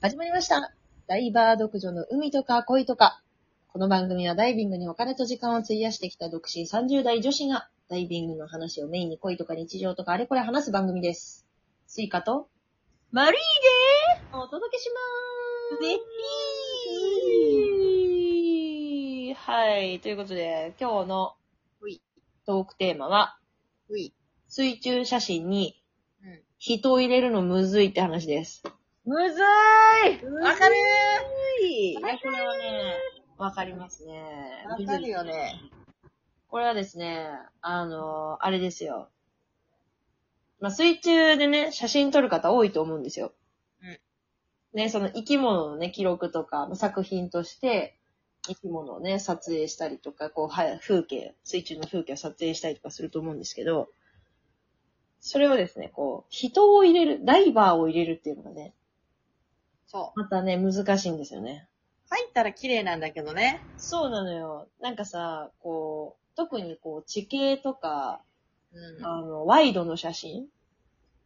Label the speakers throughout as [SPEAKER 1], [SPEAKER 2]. [SPEAKER 1] 始まりました。ダイバー独女の海とか恋とか。この番組はダイビングにお金と時間を費やしてきた独身30代女子が、ダイビングの話をメインに恋とか日常とかあれこれ話す番組です。スイカと
[SPEAKER 2] マリー
[SPEAKER 1] お届けしま
[SPEAKER 2] で
[SPEAKER 1] ーす。はい。ということで、今日の
[SPEAKER 2] ほい
[SPEAKER 1] トークテーマは、
[SPEAKER 2] うい。
[SPEAKER 1] 水中写真に
[SPEAKER 2] うん
[SPEAKER 1] 人を入れるのむずいって話です。
[SPEAKER 2] むずーい
[SPEAKER 1] わ
[SPEAKER 2] わ
[SPEAKER 1] か
[SPEAKER 2] か
[SPEAKER 1] る
[SPEAKER 2] る
[SPEAKER 1] いや、これはね、わかりますね。
[SPEAKER 2] わかるよね。
[SPEAKER 1] これはですね、あのあれですよ。まあ、水中でね、写真撮る方多いと思うんですよ。
[SPEAKER 2] うん。
[SPEAKER 1] ね、その生き物のね、記録とか、まあ作品として、生き物をね、撮影したりとか、こう、は風景、水中の風景を撮影したりとかすると思うんですけど、それをですね、こう、人を入れる、ダイバーを入れるっていうのがね、
[SPEAKER 2] そう。
[SPEAKER 1] またね、難しいんですよね。
[SPEAKER 2] 入ったら綺麗なんだけどね。
[SPEAKER 1] そうなのよ。なんかさ、こう、特にこう、地形とか、
[SPEAKER 2] うん
[SPEAKER 1] あの、ワイドの写真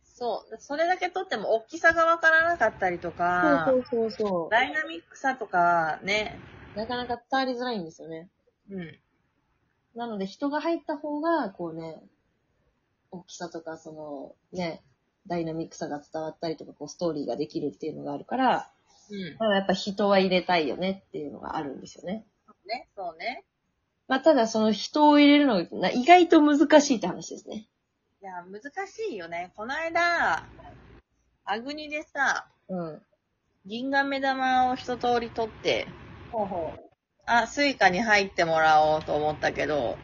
[SPEAKER 2] そう。それだけ撮っても大きさがわからなかったりとか、
[SPEAKER 1] うそうそ
[SPEAKER 2] ダイナミックさとか、ね。
[SPEAKER 1] う。なかなか伝わりづらいんですよね。
[SPEAKER 2] うん。
[SPEAKER 1] なので人が入った方が、こうね、大きさとか、その、ね、ダイナミックさが伝わったりとか、こう、ストーリーができるっていうのがあるから、
[SPEAKER 2] うん。
[SPEAKER 1] まあやっぱ人は入れたいよねっていうのがあるんですよね。
[SPEAKER 2] ね、そうね。
[SPEAKER 1] まあ、ただその人を入れるのが意外と難しいって話ですね。
[SPEAKER 2] いや、難しいよね。この間、アグニでさ、
[SPEAKER 1] うん。
[SPEAKER 2] 銀河目玉を一通り撮って、
[SPEAKER 1] ほうほ
[SPEAKER 2] あ、スイカに入ってもらおうと思ったけど、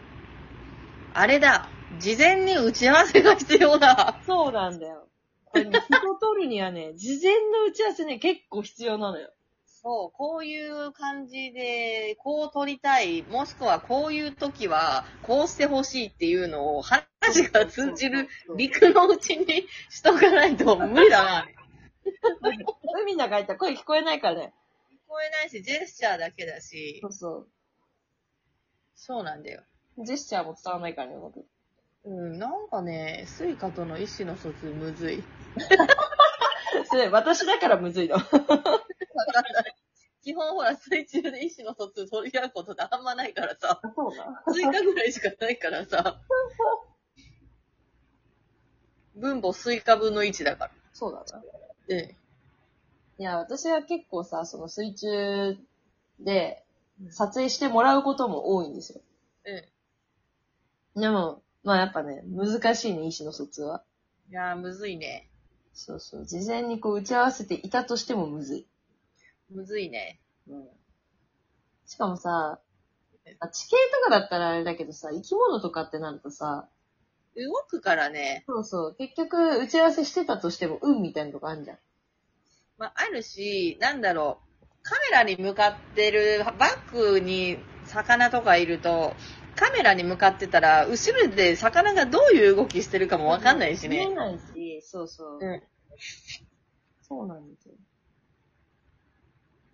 [SPEAKER 2] あれだ。事前に打ち合わせが必要だ。
[SPEAKER 1] そうなんだよ。これね人取るにはね、事前の打ち合わせね、結構必要なの よ。
[SPEAKER 2] そう、こういう感じで、こう撮りたい、もしくはこういう時は、こうしてほしいっていうのを話が通じる、
[SPEAKER 1] び
[SPEAKER 2] 陸のうちにしとかないと無理だな。
[SPEAKER 1] 海の中入ったら声聞こえないからね。
[SPEAKER 2] 聞こえないし、ジェスチャーだけだし
[SPEAKER 1] そ、うそ
[SPEAKER 2] そうなんだよ。
[SPEAKER 1] う。ジェスチャーも伝わらないからね、僕。
[SPEAKER 2] うん、なんかね、スイカとの意思の疎通むずい。
[SPEAKER 1] それ、私だからむずいの。
[SPEAKER 2] 基本ほら、水中で意思の疎通取り合うことってあんまないから さ、
[SPEAKER 1] そうな。
[SPEAKER 2] スイカぐらいしかないからさ、分母スイカ分の1だから。
[SPEAKER 1] そうだな。
[SPEAKER 2] うん
[SPEAKER 1] いや、私は結構さ、その水中で
[SPEAKER 2] うん
[SPEAKER 1] 撮影してもらうことも多いんですよ。
[SPEAKER 2] うん。
[SPEAKER 1] でも、まあやっぱね、難しいね、意思の疎通は。
[SPEAKER 2] いやー、むずいね。
[SPEAKER 1] そうそう。事前にこう打ち合わせていたとしてもむずい。
[SPEAKER 2] むずいね。
[SPEAKER 1] うんしかもさ、あ地形とかだったらあれだけどさ、生き物とかってなるとさ、
[SPEAKER 2] 動くからね。
[SPEAKER 1] そうそう、結局打ち合わせしてたとしても、運みたいなとこあるじゃん。
[SPEAKER 2] まあ、あるし、なんだろう。カメラに向かってる、バックに魚とかいると、カメラに向かってたら、後ろで魚がどういう動きしてるかもわかんないし
[SPEAKER 1] 見
[SPEAKER 2] ね
[SPEAKER 1] え。ないし、そうそう。
[SPEAKER 2] うん
[SPEAKER 1] そうなんですよ。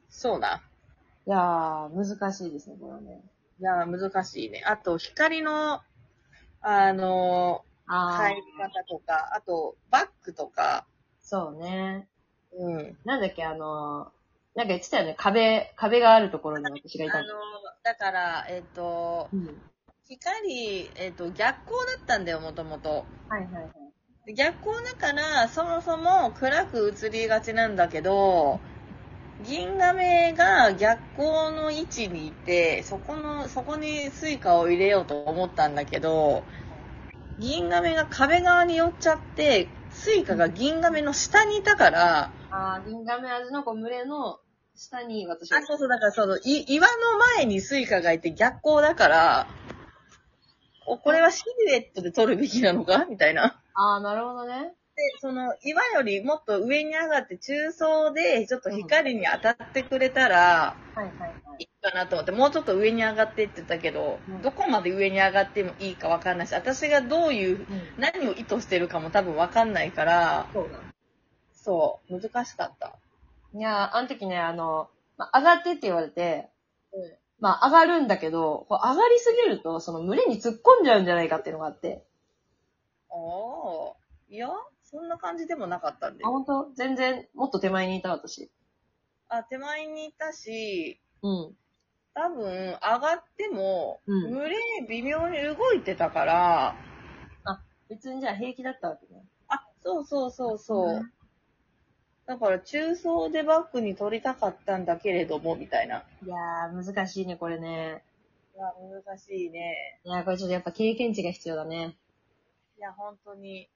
[SPEAKER 2] そうな。
[SPEAKER 1] いやー、難しいですね、これはね。
[SPEAKER 2] いやー、難しいね。あと、光の、あのー、
[SPEAKER 1] あー、
[SPEAKER 2] 入り方とか、あと、バックとか、
[SPEAKER 1] そうね。
[SPEAKER 2] うん。
[SPEAKER 1] なんだっけ、あのー、なんか言ってたよね、壁、壁があるところに私がい
[SPEAKER 2] あ
[SPEAKER 1] た
[SPEAKER 2] のー
[SPEAKER 1] の。、
[SPEAKER 2] だから、えっ、と、
[SPEAKER 1] うん。
[SPEAKER 2] 光、えっ、と、逆光だったんだよ、もともと。
[SPEAKER 1] はいはいはい。
[SPEAKER 2] 逆光だから、そもそも暗く映りがちなんだけど、銀亀が逆光の位置にいて、そこの、そこにスイカを入れようと思ったんだけど、銀亀が壁側に寄っちゃって、スイカが銀亀の下にいたから、
[SPEAKER 1] あー、銀亀味の子群れの下に私が
[SPEAKER 2] あ、そうそう、だからその、い岩の前にスイカがいて逆光だから、お、これはシルエットで撮るべきなのかみたいな。
[SPEAKER 1] あー、なるほどね。
[SPEAKER 2] で、その、岩よりもっと上に上がって中層で、ちょっと光に当たってくれたら、
[SPEAKER 1] はいはいはい。
[SPEAKER 2] いいかなと思って、もうちょっと上に上がってって言ったけど、
[SPEAKER 1] うん
[SPEAKER 2] どこまで上に上がってもいいかわかんないし、私がどういう、
[SPEAKER 1] うん
[SPEAKER 2] 何を意図してるかも多分わかんないから、
[SPEAKER 1] そうだ。
[SPEAKER 2] そう、難しかった。
[SPEAKER 1] いやー、あの時ね、あの、まあ、上がってって言われて、
[SPEAKER 2] うん
[SPEAKER 1] まあ、上がるんだけど、こう上がりすぎると、その群れに突っ込んじゃうんじゃないかっていうのがあって。
[SPEAKER 2] おー、いや、そんな感じでもなかったんで
[SPEAKER 1] あ、。本当全然、もっと手前にいた私。
[SPEAKER 2] あ、手前にいたし、
[SPEAKER 1] うん。
[SPEAKER 2] 多分、上がっても、
[SPEAKER 1] うん
[SPEAKER 2] グレー微妙に動いてたから、
[SPEAKER 1] 別にじゃあ平気だったわけね。
[SPEAKER 2] あ、そうそうそうそう。
[SPEAKER 1] うん
[SPEAKER 2] だから、中層でバックに取りたかったんだけれども、みたいな。
[SPEAKER 1] いやー、難しいね、これね。
[SPEAKER 2] いや、難しいね。
[SPEAKER 1] いやー、これちょっとやっぱ経験値が必要だね。
[SPEAKER 2] いや、本当に、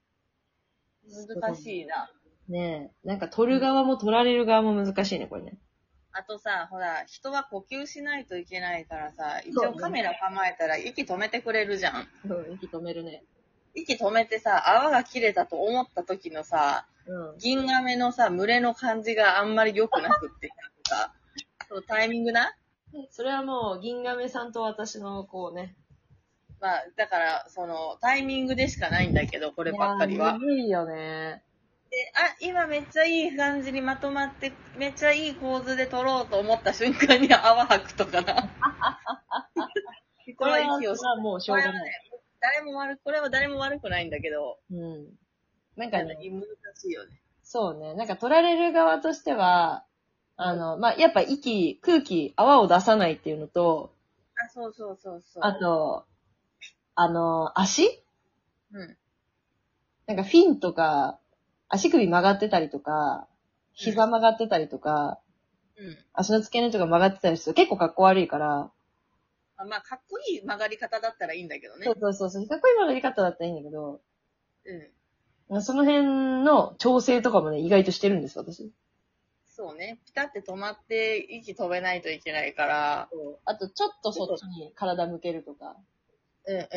[SPEAKER 2] 難しいな。
[SPEAKER 1] ねえ。なんか取る側も取られる側も難しいね、これね。
[SPEAKER 2] あとさ、ほら、人は呼吸しないといけないからさ、一
[SPEAKER 1] そう
[SPEAKER 2] 応
[SPEAKER 1] ね
[SPEAKER 2] カメラ構えたら息止めてくれるじゃん。
[SPEAKER 1] うん、息止めるね。
[SPEAKER 2] 息止めてさ、泡が切れたと思った時のさ、
[SPEAKER 1] うん。
[SPEAKER 2] 銀亀のさ、群れの感じがあんまり良くなく って、さ、そうタイミングな
[SPEAKER 1] それはもう、銀亀さんと私の、こうね。
[SPEAKER 2] まあ、だから、その、タイミングでしかないんだけど、こ
[SPEAKER 1] こ
[SPEAKER 2] ればっかりは。
[SPEAKER 1] むずいよね。
[SPEAKER 2] であ、今めっちゃいい感じにまとまって、めっちゃいい構図で撮ろうと思った瞬間に泡吐くとか な。こ
[SPEAKER 1] こ
[SPEAKER 2] れ
[SPEAKER 1] れ
[SPEAKER 2] は
[SPEAKER 1] は
[SPEAKER 2] 息をし
[SPEAKER 1] もうし
[SPEAKER 2] こ
[SPEAKER 1] ょう
[SPEAKER 2] れ
[SPEAKER 1] が
[SPEAKER 2] は
[SPEAKER 1] ない。
[SPEAKER 2] ね、誰も悪く、これは誰も悪くないんだけど、
[SPEAKER 1] うん。なんか
[SPEAKER 2] 難
[SPEAKER 1] ね、
[SPEAKER 2] しいよね。
[SPEAKER 1] そうね。なんか取られる側としては、あの、まあ、やっぱ息、空気、泡を出さないっていうのと、
[SPEAKER 2] あ、そうそうそうそう。
[SPEAKER 1] あと、あの、足
[SPEAKER 2] うん。
[SPEAKER 1] なんかフィンとか、足首曲がってたりとか、膝曲がってたりとか、
[SPEAKER 2] うん。
[SPEAKER 1] 足の付け根とか曲がってたりすると結構かっこ悪いから、
[SPEAKER 2] あまあ、かっこいい曲がり方だったらいいんだけどね。
[SPEAKER 1] そうそうそうそう、かっこいい曲がり方だったらいいんだけど、
[SPEAKER 2] うん。
[SPEAKER 1] その辺の調整とかもね、意外としてるんです、私。
[SPEAKER 2] そうね。ピタって止まって、息止めないといけないから。
[SPEAKER 1] あと、ちょっとそっちに体向けるとか。
[SPEAKER 2] うんうん。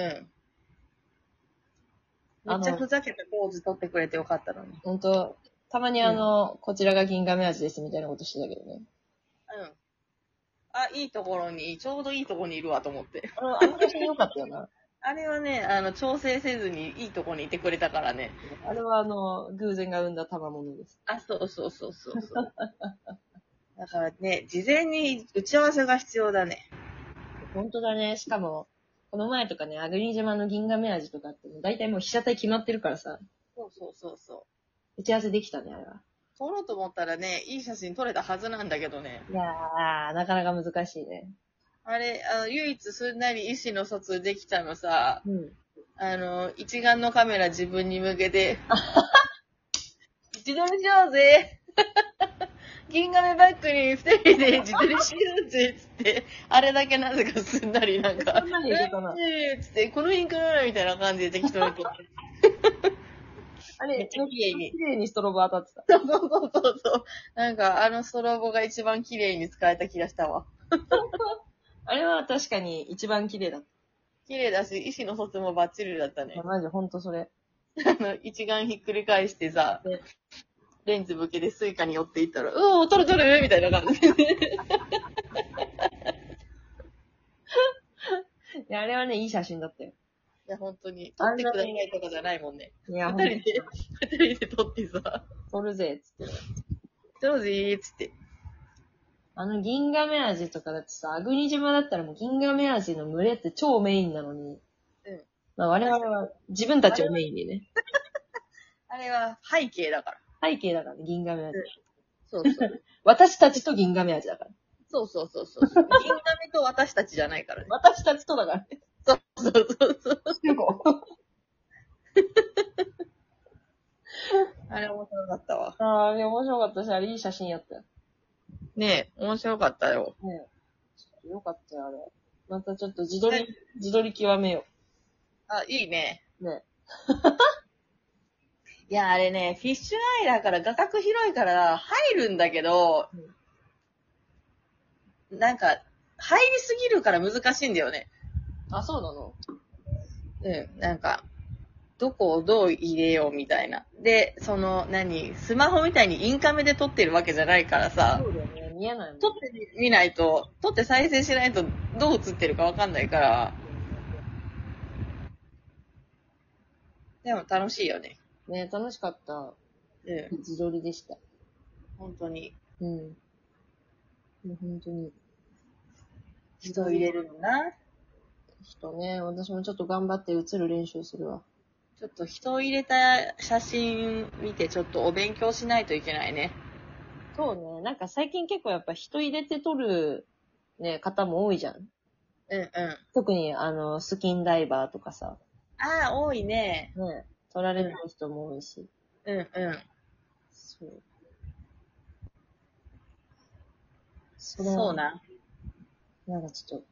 [SPEAKER 2] め
[SPEAKER 1] あの
[SPEAKER 2] っちゃふざけたポーズ取ってくれてよかったのに。
[SPEAKER 1] ほんと、たまにあの、こちらが銀亀味ですみたいなことしてたけどね。
[SPEAKER 2] うん。あ、いいところに、ちょうどいいところにいるわと思って。
[SPEAKER 1] あの、あの写真良かったよな。
[SPEAKER 2] あれはね、あの、調整せずにいいところにいてくれたからね。
[SPEAKER 1] あれはあの、偶然が生んだ賜物です。
[SPEAKER 2] あ、そうそうそうそうそう。 だからね、事前に打ち合わせが必要だね。
[SPEAKER 1] 本当だね。しかも、この前とかね、アグリ島の銀亀味とかって、大体もう被写体決まってるからさ、
[SPEAKER 2] そうそうそうそう。
[SPEAKER 1] 打ち合わせできたね、あれは。
[SPEAKER 2] 撮ろうと思ったらね、いい写真撮れたはずなんだけどね。
[SPEAKER 1] いやー、なかなか難しいね。
[SPEAKER 2] あれ、あの、唯一すんなり意思の疎通できたのさ、
[SPEAKER 1] うん。
[SPEAKER 2] あの、一眼のカメラ自分に向け て、自撮りしようぜ銀亀バッグに二人で自撮りしようぜっつって、あれだけなぜかすんなりなんか、
[SPEAKER 1] そんなにいけたな
[SPEAKER 2] うんっつって、この辺からみたいな感じで適当に撮って。
[SPEAKER 1] あれ、
[SPEAKER 2] めっちゃ綺麗に
[SPEAKER 1] 綺麗にストロボ当たってた。
[SPEAKER 2] そうそうそうそう。なんか、あのストロボが一番綺麗に使えた気がしたわ。
[SPEAKER 1] あれは確かに一番綺麗だっ
[SPEAKER 2] 綺麗だし、意思の疎通もバッチリだったね
[SPEAKER 1] た。。マジ、ほんとそれ。
[SPEAKER 2] あの、一眼ひっくり返してさ
[SPEAKER 1] ね、
[SPEAKER 2] レンズ向けでスイカに寄っていったら、うおー、撮る撮るみたいな感じで。
[SPEAKER 1] いや、あれはね、いい写真だったよ。
[SPEAKER 2] いや、本当に。撮ってくださいとかじゃないもんね。
[SPEAKER 1] いや、
[SPEAKER 2] 二
[SPEAKER 1] ほん
[SPEAKER 2] 人
[SPEAKER 1] と
[SPEAKER 2] で、二人で撮ってさ、
[SPEAKER 1] 撮るぜ、つって。
[SPEAKER 2] どうぞーっつって。
[SPEAKER 1] あの、銀亀味とかだってさ、アグニ島だったらもう銀亀味の群れって超メインなのに。
[SPEAKER 2] うん。
[SPEAKER 1] まあ我々は自分たちをメインにね。
[SPEAKER 2] あれは背景だから。
[SPEAKER 1] 背景だからね、銀亀味。
[SPEAKER 2] うんそうそう。
[SPEAKER 1] 私たちと銀亀味だから。
[SPEAKER 2] そうそうそう そう。銀亀と私たちじゃないからね。
[SPEAKER 1] 私たちとだからね。
[SPEAKER 2] そうそうそうそう。あれ面白かったわ。
[SPEAKER 1] ああ、あれ面白かったし、あれいい写真やったよ。
[SPEAKER 2] ねえ、面白かったよ。
[SPEAKER 1] ねえ。ちょっとよかったよ、あれ。またちょっと自撮り、自撮り極めよ
[SPEAKER 2] あ、いいね。
[SPEAKER 1] う。ね
[SPEAKER 2] いや、あれね、フィッシュアイだから画角広いから入るんだけど、なんか、入りすぎるから難しいんだよね。
[SPEAKER 1] あ、そうなの
[SPEAKER 2] うん、なんか、どこをどう入れようみたいな。で、その、何、スマホみたいにインカメで撮ってるわけじゃないからさ、
[SPEAKER 1] そうだよね。見えないもん。
[SPEAKER 2] 撮ってみないと、撮って再生しないとどう映ってるかわかんないから、でも楽しいよね。
[SPEAKER 1] ね楽しかった。
[SPEAKER 2] うん、
[SPEAKER 1] 自撮りでした。
[SPEAKER 2] 本当に。
[SPEAKER 1] うん。もう本当に。
[SPEAKER 2] 人を入れるのな。
[SPEAKER 1] 人ね、私もちょっと頑張って映る練習するわ。
[SPEAKER 2] ちょっと人を入れた写真見てちょっとお勉強しないといけないね。
[SPEAKER 1] そうね。なんか最近結構やっぱ人入れて撮る、ね、方も多いじゃん。
[SPEAKER 2] うんうん。
[SPEAKER 1] 特にあの、スキンダイバーとかさ、
[SPEAKER 2] ああ、多いね。
[SPEAKER 1] ね、撮られる人も多いし。
[SPEAKER 2] うんうん。
[SPEAKER 1] そう。それは
[SPEAKER 2] そうな。
[SPEAKER 1] なんかちょっと、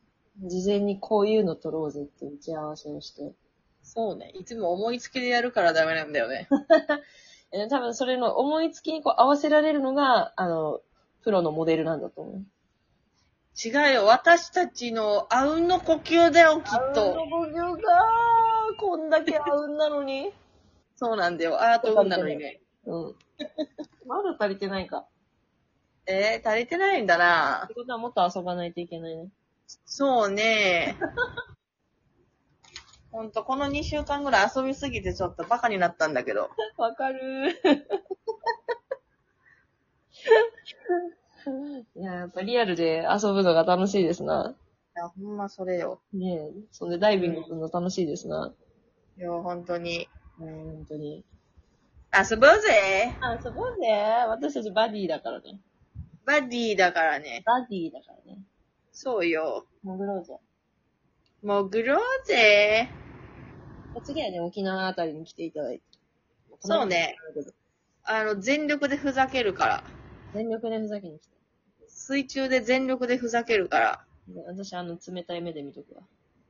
[SPEAKER 1] 事前にこういうの撮ろうぜって打ち合わせをして。
[SPEAKER 2] そうね。いつも思いつきでやるからダメなんだよね。
[SPEAKER 1] え多分それの思いつきにこう合わせられるのが、あの、プロのモデルなんだと思う。
[SPEAKER 2] 違うよ。私たちのあうんの呼吸だよ、きっと。
[SPEAKER 1] が、こんだけ合うんなのに。
[SPEAKER 2] そうなんだよ。あーとうんなのにね。
[SPEAKER 1] うん。まだ足りてないか。
[SPEAKER 2] えー、足りてないんだな
[SPEAKER 1] って。ことはもっと遊ばないといけないね。
[SPEAKER 2] そうね。 ほんと、この2週間ぐらい遊びすぎてちょっとバカになったんだけど。
[SPEAKER 1] わかる いや、やっぱリアルで遊ぶのが楽しいですな。
[SPEAKER 2] いや、ほんまそれよ。
[SPEAKER 1] ねえ。そんでダイビングするの楽しいですな。
[SPEAKER 2] いや、ほんとに。
[SPEAKER 1] うん、本当に。
[SPEAKER 2] 遊ぼうぜ
[SPEAKER 1] あ、そこで、私たちバディだからね。
[SPEAKER 2] バディだからね。
[SPEAKER 1] バディだからね。
[SPEAKER 2] そうよ。
[SPEAKER 1] 潜ろうぜ。
[SPEAKER 2] 潜ろうぜ
[SPEAKER 1] 次はね、沖縄あたりに来ていただいて。
[SPEAKER 2] そうね。あの、全力でふざけるから。
[SPEAKER 1] 全力でふざけに来て。
[SPEAKER 2] 水中で全力でふざけるから。
[SPEAKER 1] で私、あの、冷たい目で見とくわ。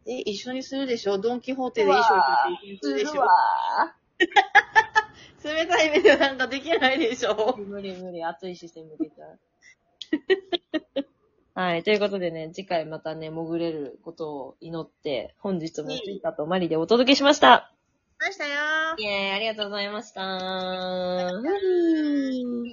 [SPEAKER 2] え、一緒にするでしょドンキホーテで衣装として一緒にするでし
[SPEAKER 1] わ
[SPEAKER 2] ょ冷たい目でなんかできないで しょ
[SPEAKER 1] 無理無理、熱い視線向けちゃう。 はい。ということでね、次回またね、潜れることを祈って、本日もツイッターとマリでお届けしました。
[SPEAKER 2] ましたよ
[SPEAKER 1] イェーイ、ありがとうございました。
[SPEAKER 2] ー。